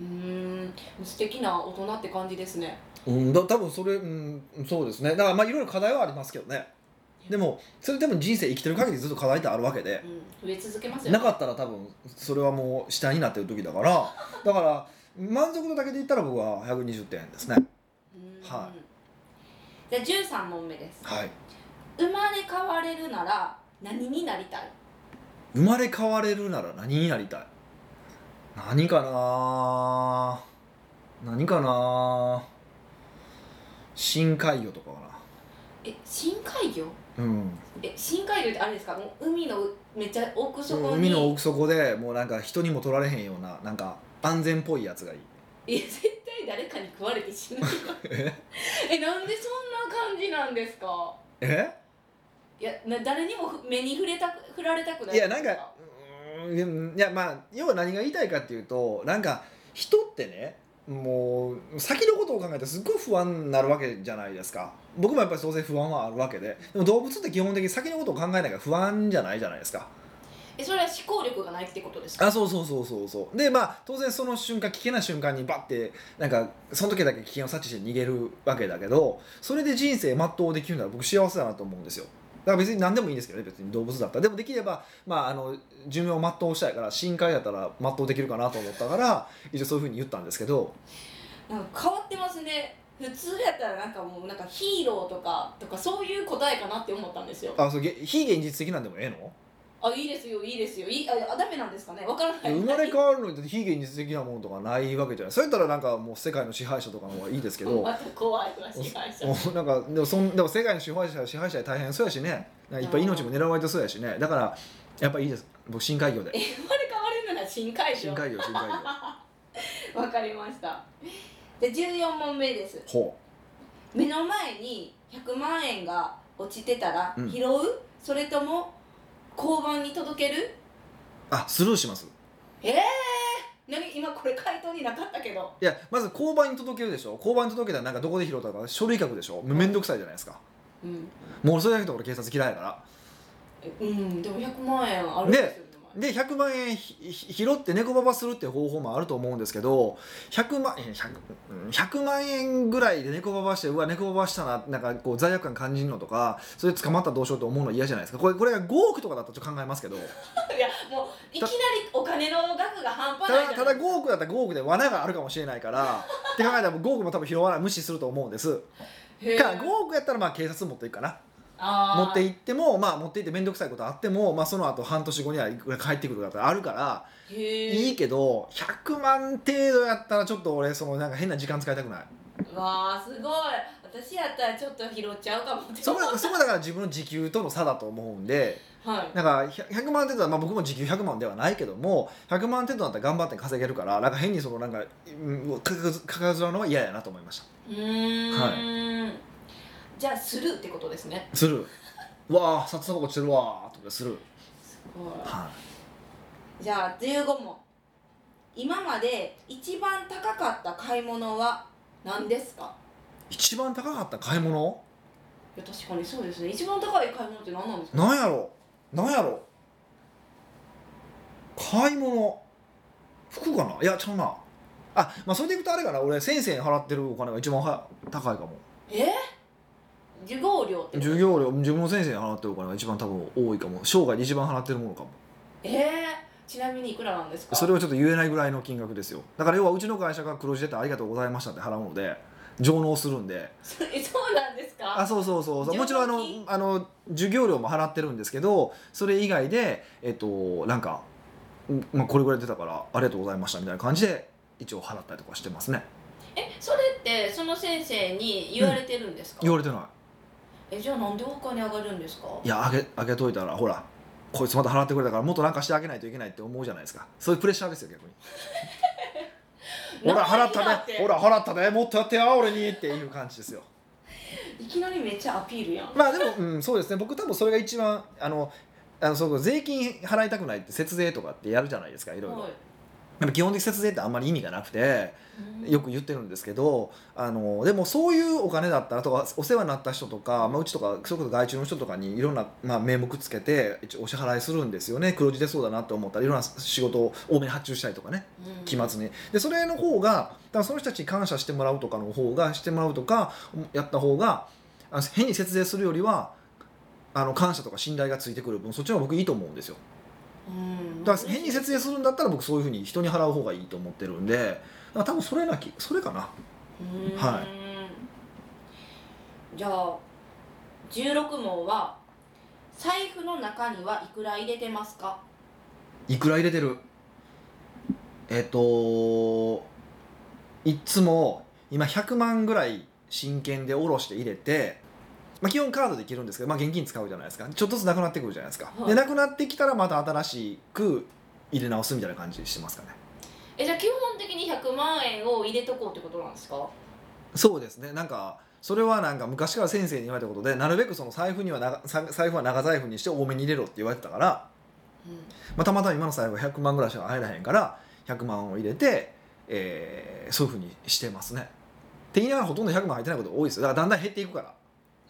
B: うーん素敵な大人って感じですね
A: うんだ多分それうんそうですねだからまあいろいろ課題はありますけどねでもそれでも人生生きてる限りずっと課題ってあるわけで
B: うん増え続けますよ
A: なかったら多分それはもう下になってる時だからだから満足度だけで言ったら僕は120点ですね
B: うん
A: は
B: じゃあ13問目です
A: はい
B: 生まれ変われるなら何になりたい
A: 生まれ変われるなら何になりたい何かな何かな深海魚とかか
B: え深海魚
A: なうん
B: え深海魚ってあれですかもう海のめっちゃ奥底に
A: 海の奥底でもうなんか人にも取られへんようななんか安全っぽいやつがいい
B: いや絶対誰かに食われて 死ぬよえなんでそんな感じなんですか
A: え
B: いやな誰にもふ目に触れたく振られたくない
A: いやなんかうーんいやまあ要は何が言いたいかっていうとなんか人ってねもう先のことを考えてすっごい不安になるわけじゃないですか僕もやっぱり当然不安はあるわけででも動物って基本的に先のことを考えないから不安じゃないじゃないですか
B: えそれは思考力がないってことですか
A: あそうそうそうそうそうでまあ当然その瞬間危険な瞬間にバッてなんかその時だけ危険を察知して逃げるわけだけどそれで人生全うできるなら僕幸せだなと思うんですよだから別に何でもいいんですけどね別に動物だったらでもできれば、まあ、あの寿命を全うしたいから深海だったら全うできるかなと思ったから一応そういうふうに言ったんですけど
B: なんか変わってますね普通やったらなんかもうなんかヒーローとかとかそういう答えかなって思ったんですよ
A: あそうげ非現実的なんでもええの
B: あいいですよいいですよいいああダメなんですかねわからない
A: 生まれ変わるのに非現実的なものとかないわけじゃないそれやったらなんかもう世界の支配者とかの方がいいですけど
B: また怖い話会社
A: もうなんかでもそんでも世界の支配者は支配者で大変そうやしねなんかいっぱい命も狙われてそうやしねだからやっぱいいです僕深海魚で
B: え生まれ変われるなら深海
A: 深
B: 魚
A: 海魚深海魚
B: わかりましたで14問目です
A: ほ
B: 目の前に100万円が落ちてたら
A: うん
B: 拾う、それとも交番に届ける
A: うあスルーします
B: ええー、何今これ回答になかったけど
A: いやまず交番に届けるでしょ交番に届けたらなんかどこで拾ったか書類書くでしょもうめんどくさいじゃないですか
B: うん、
A: もうそれだけで俺警察嫌いやから
B: うん、でも100万円あるんですよ、ね
A: で100万円ひひ拾って猫ババするって方法もあると思うんですけど100万円 100, うん100万円ぐらいで猫ババしてうわ猫ババしたななんかこう罪悪感感じるのとかそれ捕まったらどうしようと思うの嫌じゃないですかこれこれが5億とかだったらちょっと考えますけど
B: いやもういきなりお金の額が半端
A: た
B: ない
A: だ
B: じゃ
A: た
B: な
A: だ
B: い
A: 5億だったら5億で罠があるかもしれないからって考えたらもう5億も多分拾わない無視すると思うんです
B: へー
A: から5億やったらまあ警察持っていくかな
B: あ
A: 持って
B: い
A: 行ってもまあ持って行って面倒くさいことあってもまあその後半年後にはいくら帰ってくることがあるからい
B: へ
A: いけど100万程度やったらちょっと俺そのなんか変な時間使いたくない
B: えわあすごい私やったらちょっと拾っちゃうかもって
A: そこそこだから自分の時給との差だと思うんで
B: はい
A: なんか100 100万程度は、まあ、僕も時給100万ではないけども100万程度だったら頑張って稼げるからなんか変にそのなんかうん価格価格面のは嫌やなと思いまし
B: うーんじゃあスルーってことですね
A: たするうわあ札束落ちてるわーとかするは
B: じゃあ15問今まで一番高かった買い物は何ですか
A: い一番高かった買い物
B: いや確かにそうですね一番高い買い物って何なんですか
A: なんやろなんやろ買い物服かないやちゃうなあまあそれでいくとあれかな俺先生に払ってるお金が一番は高いかも
B: え授業料ってこと
A: 授業料自分の先生に払ってるお金が一番多分多いかも生涯で一番払ってるものかも
B: えー、ちなみにいくらなんですか
A: それをちょっと言えないぐらいの金額ですよだから要はうちの会社が黒字出てありがとうございましたって払うので上納するんで
B: そえそうなんですか
A: あそうそうそうそうもちろんあの
B: 上納金
A: あの授業料も払ってるんですけどそれ以外でえっとなんか、うんまあ、これぐらい出たからありがとうございましたみたいな感じで一応払ったりとかしてますね
B: えそれってその先生に言われてるんですか、
A: 言われてない
B: えじゃあなんでお金上がるんですか
A: いやあげあげといたらほらこいつまた払ってくれたからもっとなんかしてあげないといけないって思うじゃないですかそういうプレッシャーですよ 逆にほら払ったねほら払ったねもっとやってや俺にっていう感じですよ
B: いきなりめっちゃアピールやん
A: まあでも、うん、そうですね僕多分それが一番あのあのそう税金払いたくないって節税とかってやるじゃないですかいろいろ、
B: はい
A: でも基本的節税ってあんまり意味がなくて
B: うん
A: よく言ってるんですけどあのでもそういうお金だったらとかお世話になった人とか、まあ、うちとかそれこそ外注の人とかにいろんな、まあ、名目つけて一応お支払いするんですよね黒字出そうだなって思ったらいろんな仕事を多めに発注したりとかね
B: うん
A: 期末にでそれの方がだからその人たちに感謝してもらうとかの方がしてもらうとかやった方があの変に節税するよりはあの感謝とか信頼がついてくる分そっちの方が僕いいと思うんですよ
B: うん
A: だから変に節税するんだったら僕そういうふうに人に払う方がいいと思ってるんでだから多分それなきそれかな
B: うん
A: は
B: じゃあ16問は財布の中にはいくら入れてますか
A: いくら入れてるえっといつも今100万ぐらい真剣で下ろして入れて、まあ、基本カードでいけるんですけど、まあ、現金使うじゃないですかちょっとずつなくなってくるじゃないですか、
B: はい
A: でなくなってきたらまた新しく入れ直すみたいな感じしてますかね
B: えじゃあ基本的に100万円を入れとこうってことなんですか
A: そうですねなんかそれはなんか昔から先生に言われたことでなるべくその財布には長さ財布は長財布にして多めに入れろって言われてたから
B: う
A: まあ、たまたま今の財布は100万ぐらいしか入らへんから100万を入れて、えーそういうふうにしてますねって言いながらほとんど100万入ってないことが多いですよだからだんだん減っていくか
B: んへ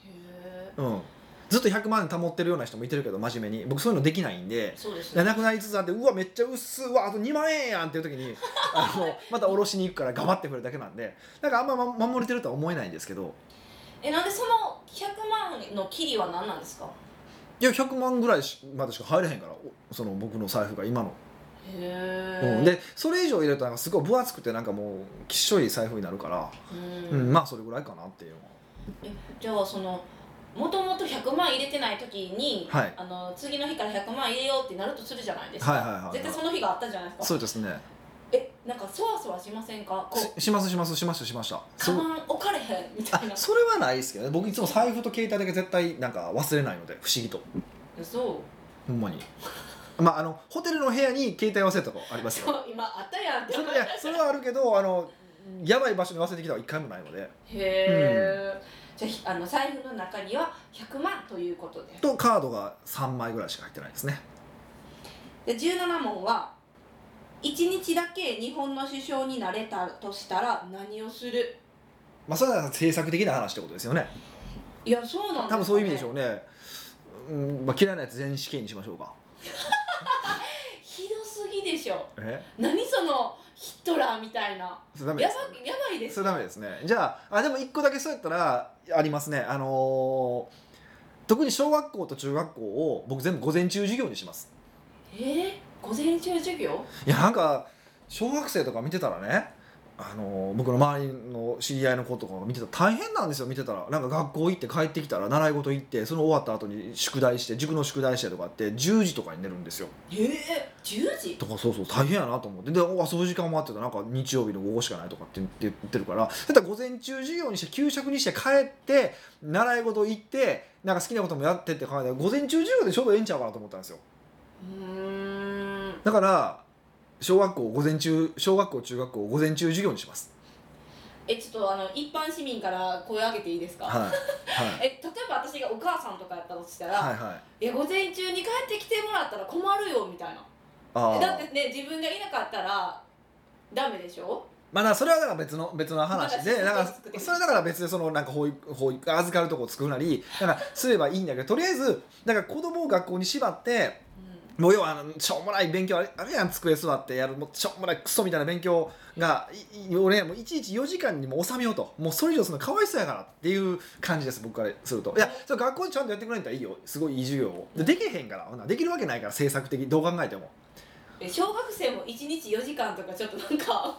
B: え
A: ら、うん、ずっと100万保ってるような人もいてるけど真面目に僕そういうのできないんで
B: そうですね
A: なくなりつつあってうわめっちゃ薄いうわあと2万円やんっていう時に あのまた下ろしに行くから頑張ってくれるだけなんでなんかあんまま守れてるとは思えないんですけど
B: えなんでその100万のキリは何なんですか
A: いや100万ぐらいしまでしか入れへんからおその僕の財布が今の
B: へえ
A: うん、でそれ以上入れるとなんかすごい分厚くてなんかもうきっしょい財布になるから、
B: う
A: うんん、まあそれぐらいかなっていうの
B: じゃあそのもともと100万入れてない時に、
A: はい
B: あの次の日から100万入れようってなるとするじゃないですか、
A: ははいはいはい、はい、
B: 絶対その日があったじゃないですか
A: そうですね
B: えなんかそわそわしませんかこう
A: ししますしますしましたしました
B: カ
A: そう
B: バン置かれへんみた
A: あ
B: いなそ
A: それはないですけどね僕いつも財布と携帯だけ絶対なんか忘れないので不思議と
B: う
A: ほんまにまああのホテルの部屋に携帯忘れたとかあります
B: そ
A: よ
B: う今あったやんって
A: それいやそれはあるけどあのやばい場所に忘れてきたは一回もないので
B: へえ、じゃあひあの財布の中には100万ということで
A: とカードが3枚ぐらいしか入ってないですね
B: で17問は1日だけ日本の首相になれたとしたら何をする
A: まあそれは政策的な話ってことですよね
B: いやそうなんですかね
A: 多分そういう意味でしょうね、うんまあ、嫌いなやつ全死刑にしましょうか
B: ひどすぎでしょ
A: え
B: 何そのヒットラーみたいな
A: それダメ
B: や
A: で
B: ば
A: す
B: やばいです
A: それダメですねじゃああでも一個だけそうやったらありますねあのー特に小学校と中学校を僕全部午前中授業にします
B: えー、午前中授業
A: いやなんか小学生とか見てたらねあのー僕の周りの知り合いの子とかを見てたら大変なんですよ見てたらなんか学校行って帰ってきたら習い事行ってその終わった後に宿題して塾の宿題してとかって10時とかに寝るんですよ
B: えー、10時
A: とかそうそう大変やなと思ってでお遊ぶ時間もあってたなんか日曜日の午後しかないとかって言って言ってるからだったら午前中授業にして給食にして帰って習い事行ってなんか好きなこともやってって考えたら午前中授業でちょうどええんちゃうかなと思ったんですよ
B: うーん
A: だから小学校午前中小学校中学校午前中授業にします
B: えちょっとあの一般市民から声上げていいですか、
A: はいはい
B: え例えば私がお母さんとかやったとしたら、
A: はいはい
B: い、や午前中に帰ってきてもらったら困るよみたいな
A: あ
B: えだっ
A: ー
B: てね自分がいなかったらダメでしょ
A: まあだからそれはだから別の別の話でだか
B: まだ
A: らそれはだから別でそのなんか保育保育預かるとこ作るなりなんかすればいいんだけどとりあえずだから子供を学校に縛って
B: うん
A: もう要はあのしょうもない勉強あれあれやん机座ってやるもうしょうもないクソみたいな勉強がいい俺もういちいち4時間にも収めようともうそれ以上するのかわいそうやからっていう感じです僕からするといやそれ学校でちゃんとやってくれんといいよすごいいい授業をでできへんからほなできるわけないから制作的にどう考えても
B: え小学生も1日4時間とかちょっとなんか かっ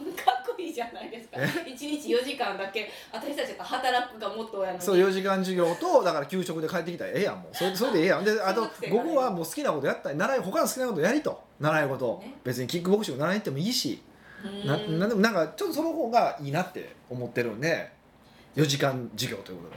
B: こいいじゃないですか1日4時間だけ私たちが働くがもっとやのに
A: そう4時間授業とだから給食で帰ってきたらええやんもうそれそれでええやんであと
B: 小学生が
A: 午後はもう好きなことやったり習い他の好きなことやりと習い事、
B: ね
A: 別にキックボクシング習いに行ってもいいし
B: うーん
A: ななんでもなんかちょっとその方がいいなって思ってるんで4時間授業ということで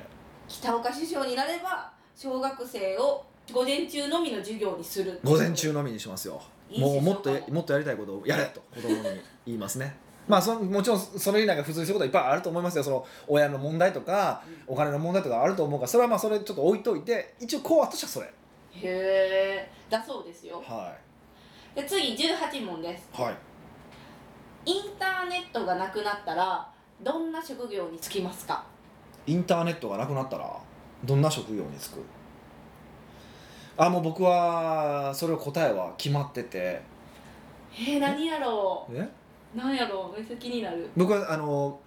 B: 北岡首相になれば小学生を午前中のみの授業にする
A: 午前中のみにしますよ
B: いい
A: もう
B: し
A: もっと
B: そうかも
A: もっとやりたいことをやれと子供に言いますねまあそもちろんそれ以外が付随することはいっぱいあると思いますよその親の問題とかお金の問題とかあると思うからそれはまあそれちょっと置いといて一応コアとしてはそれ
B: へえだそうですよ
A: は
B: で次18問です
A: いはい
B: インターネットがなくなったらどんな職業に就きますか
A: インターネットがなくなったらどんな職業に就くあもう僕はそれを答えは決まってて
B: えー、何やろ
A: え
B: う何やろうめっちゃ気になる
A: 僕はあの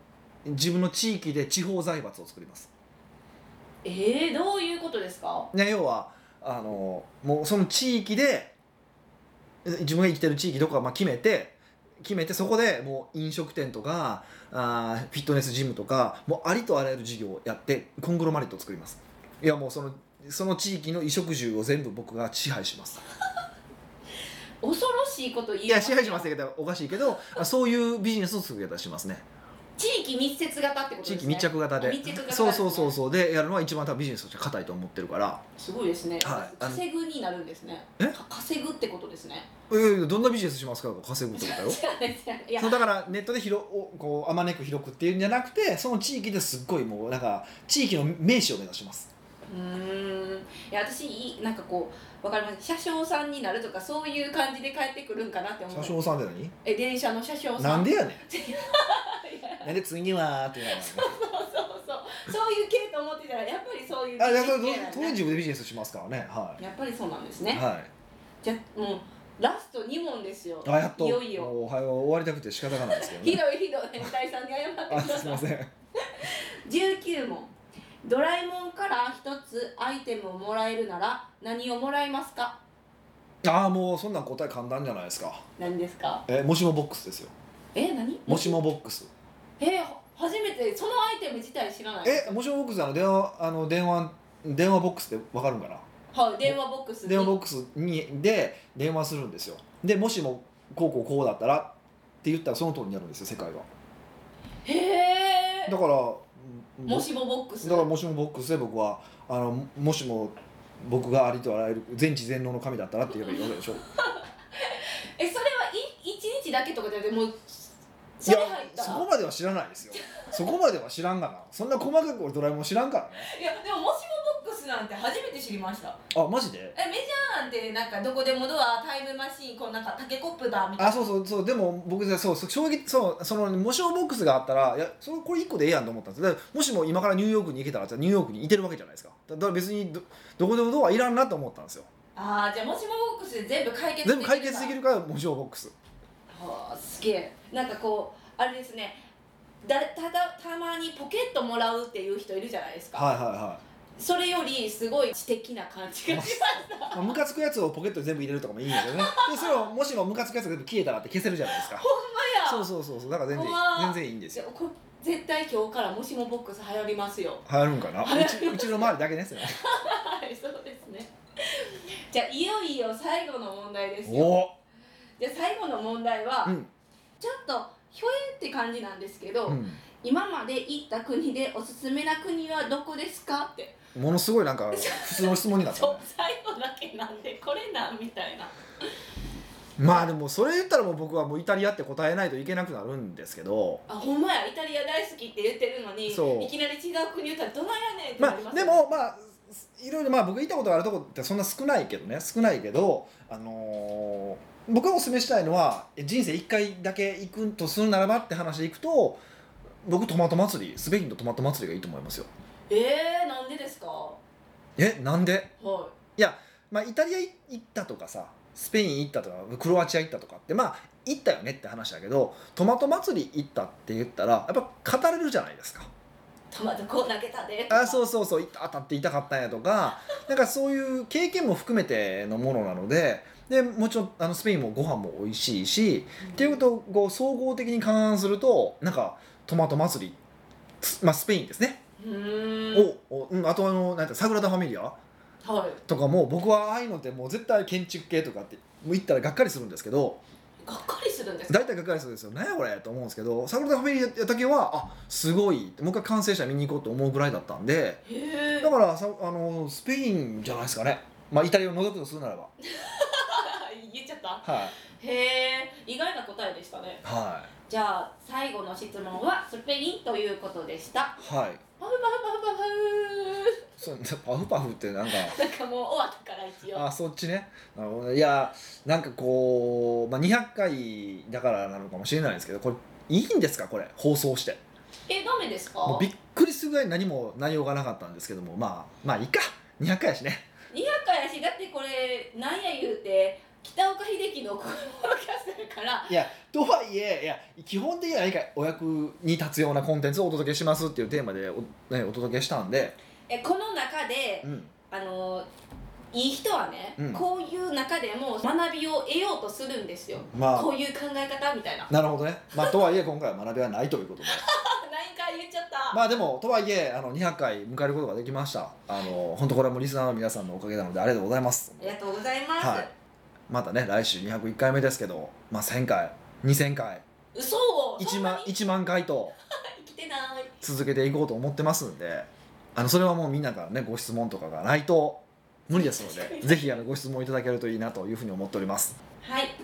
A: 自分の地域で地方財閥を作ります
B: えー、どういうことですか
A: ね、要はあのもうその地域で自分が生きてる地域どこかまあ決めて決めてそこでもう飲食店とかあーフィットネスジムとかもうありとあらゆる事業をやってコングロマリットを作りますいやもうそのその地域の衣食住を全部僕が支配します
B: 恐ろしいこと言い
A: いや支配しませんけどおかしいけどあそういうビジネスを作り方しますね
B: 地域密接型ってこと
A: 地
B: ですね
A: 域密着型で
B: 密着型ですね
A: そうそうそうそうでやるのは一番多分ビジネスとして硬いと思ってるから
B: すごいですね、
A: はいあの
B: 稼ぐになるんですね
A: え
B: か稼ぐってことですね
A: いやいやどんなビジネスしますか稼ぐってことだよ
B: 違う違ういや
A: そうだからネットで広おこうあまねく広くっていうんじゃなくてその地域ですっごいもうなんか地域の名士を目指します
B: うーんいや私いいなんかこうわかります車掌さんになるとかそういう感じで帰ってくるんかなって思
A: 車
B: う
A: 掌さんって何
B: え電車の車掌さん
A: なんで やね
B: いや
A: んなんで次はって言わ
B: そうそうそうそういう系と思ってたらやっぱりそういう
A: ないあだから
B: 系なんだ
A: 当時でビジネスしますからねは
B: やっぱりそうなんです
A: い、
B: ね、
A: は
B: じゃもうラスト2問ですよ
A: い、あやっと
B: いよいよ
A: もうおはよう終わりたくて仕方がないですけど
B: ひ
A: ね
B: どいひどい変態さんに謝って
A: あ
B: くだ
A: すい
B: さい
A: ません
B: 19問ドラえもんから一つアイテムをもらえるなら何をもらいますか
A: ああもうそんなん答え簡単じゃないですか
B: 何ですか
A: えもしもボックスですよ
B: え何
A: もしもボックス
B: えは初めてそのアイテム自体知らない
A: えもしもボックスあの電話あの電話電話ボックスってわかるんかな
B: はい電話ボックスに
A: 電話ボックスにで電話するんですよでもしもこうこうこうだったらって言ったらその通りになるんですよ世界は
B: へえ
A: だから
B: もしもボックス
A: だからもしもボックスで僕はあのもしも僕がありとあらゆる全知全能の神だったらって言えばいいわけでしょ
B: えそれはい一日だけとかじゃなくてもう
A: い
B: そ
A: や
B: れ入った
A: そ
B: ら
A: こまでは知らないですよそこまでは知らんがなそんな細かく俺ドラえもん知らんからね
B: いやでももしもボックスなんて初めて知りました
A: あマジで
B: えメジャーなんてなんかどこでもドアタイムマシーンこうなんかタケコプだみたいな
A: あそうそうそうでも僕ねそうそう衝撃そうそのもしもボックスがあったらいやそれこれ1個でええやんと思ったんですよだからもしも今からニューヨークに行けたらじゃあニューヨークにいてるわけじゃないですかだだから別にどどこでもドアいらんなと思ったんですよ
B: あーじゃあもしもボックスで全部解決できる
A: 全部解決できるからもしもボックス
B: はあすげえなんかこうあれですねだただたまにポケットもらうっていう人いるじゃないですか、
A: はいはいは
B: それよりすごい知的な感じがしまし
A: いまあムカつくやつをポケットに全部入れるとかもいいんだけどねでそれをもしもムカつくやつが全部消えたらって消せるじゃないですか
B: た
A: そううそうそうそうだから全然いいう
B: わー
A: 全然いいんですよ
B: これ絶対今日からもしもボックス流行りますよ
A: 流行るんかなうちうちの周りだけ ですね
B: はいそうですねじゃあいよいよ最後の問題ですよ
A: お
B: じゃあ最後の問題は、
A: おうん
B: ちょっとひょえって感じなんですけど、
A: うん
B: 今まで行った国でおすすめな国はどこですかって
A: ものすごいなんか普通の質問になった
B: そう
A: ね
B: 最後だけなんでこれなんみたいな
A: まあでもそれ言ったらもう僕はもうイタリアって答えないといけなくなるんですけど
B: あほんまやイタリア大好きって言ってるのに
A: そう
B: いきなり違う国言ったらどないやねんって
A: ま
B: なりま
A: あ
B: すよ
A: でもまあいろいろまあ僕行ったことがあるとこってそんな少ないけどね少ないけどあのー僕がおすすめしたいのは人生一回だけ行くとするならばって話でいくと僕トマト祭りスペインのトマト祭りがいいと思いますよ
B: えー、なんでですかは
A: えなんで
B: い
A: まあイタリア行ったとかさスペイン行ったとかクロアチア行ったとかってまあ行ったよねって話だけどトマト祭り行ったって言ったらやっぱ語れるじゃないですか。
B: トマトこう投げたで
A: あそううそうそう当たって痛かったんやと かなんかそういう経験も含めてのものなのででもちろんあのスペインもご飯も美味しいしっていうことをこう総合的に勘案するとなんかトマト祭り、つまあ、スペインですね、
B: うーん
A: おおうん、あとあのなんてサグラダ・ファミリア
B: はい
A: とかも僕はああいうのってもう絶対建築系とかってもう行ったらがっかりするんですけど
B: がっかりするんですか
A: 大体がっかりするんですよ何やこれと思うんですけどサグラダ・ファミリアだけはあすごいもう一回完成したら見に行こうと思うぐらいだったんで。
B: へえ
A: だからさあのスペインじゃないですかね、まあ、イタリアを除くとするならば
B: 言っちゃった
A: はい、
B: へえ意外な答えでしたね
A: は
B: じゃあ最後の質問はスペインということでした
A: いはい
B: パフパフパフパフ
A: そうパフパフってなんか
B: なんかもう終わったから一応
A: あそっちねなるほどねいやなんかこう、まあ、200回だからなのかもしれないですけどこれいいんですかこれ放送して
B: えダメですか
A: もうびっくりするぐらい何も内容がなかったんですけどもまあまあいいか200回やしね
B: 200回やしだってこれなんや言うて北岡秀樹のこのポッドキャストだから
A: いやとはいえいや基本的には何かお役に立つようなコンテンツをお届けしますっていうテーマでお,、ね、お届けしたんで、
B: えこの中で
A: うん、
B: あのいい人はね、
A: うん
B: こういう中でも学びを得ようとするんですよ
A: まあ
B: こういう考え方みたいな
A: なるほどね、まあ、とはいえ今回は学びはないということで
B: 何回言っちゃった、
A: まあでもとはいえあの200回迎えることができましたあの本当これはもうリスナーの皆さんのおかげなのでありがとうございます
B: ありがとうございます、
A: はいまたね来週201回目ですけど、まあ、1000回2000回
B: 嘘をそ
A: 1
B: んな
A: 万
B: に
A: 1万回と
B: 生きてない
A: 続けていこうと思ってますんであのそれはもうみんなからねご質問とかがないと無理ですの でぜひあのご質問いただけるといいなというふうに思っております
B: はい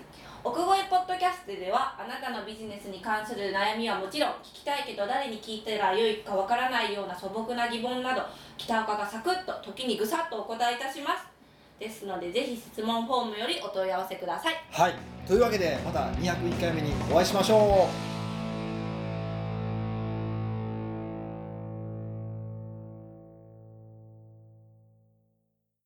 B: 奥越ポッドキャストではあなたのビジネスに関する悩みはもちろん聞きたいけど誰に聞いたらよいかわからないような素朴な疑問など北岡がサクッと時にぐさっとお答えいたしますですのでぜひ質問フォームよりお問い合わせください
A: はいというわけでまた201回目にお会いしましょう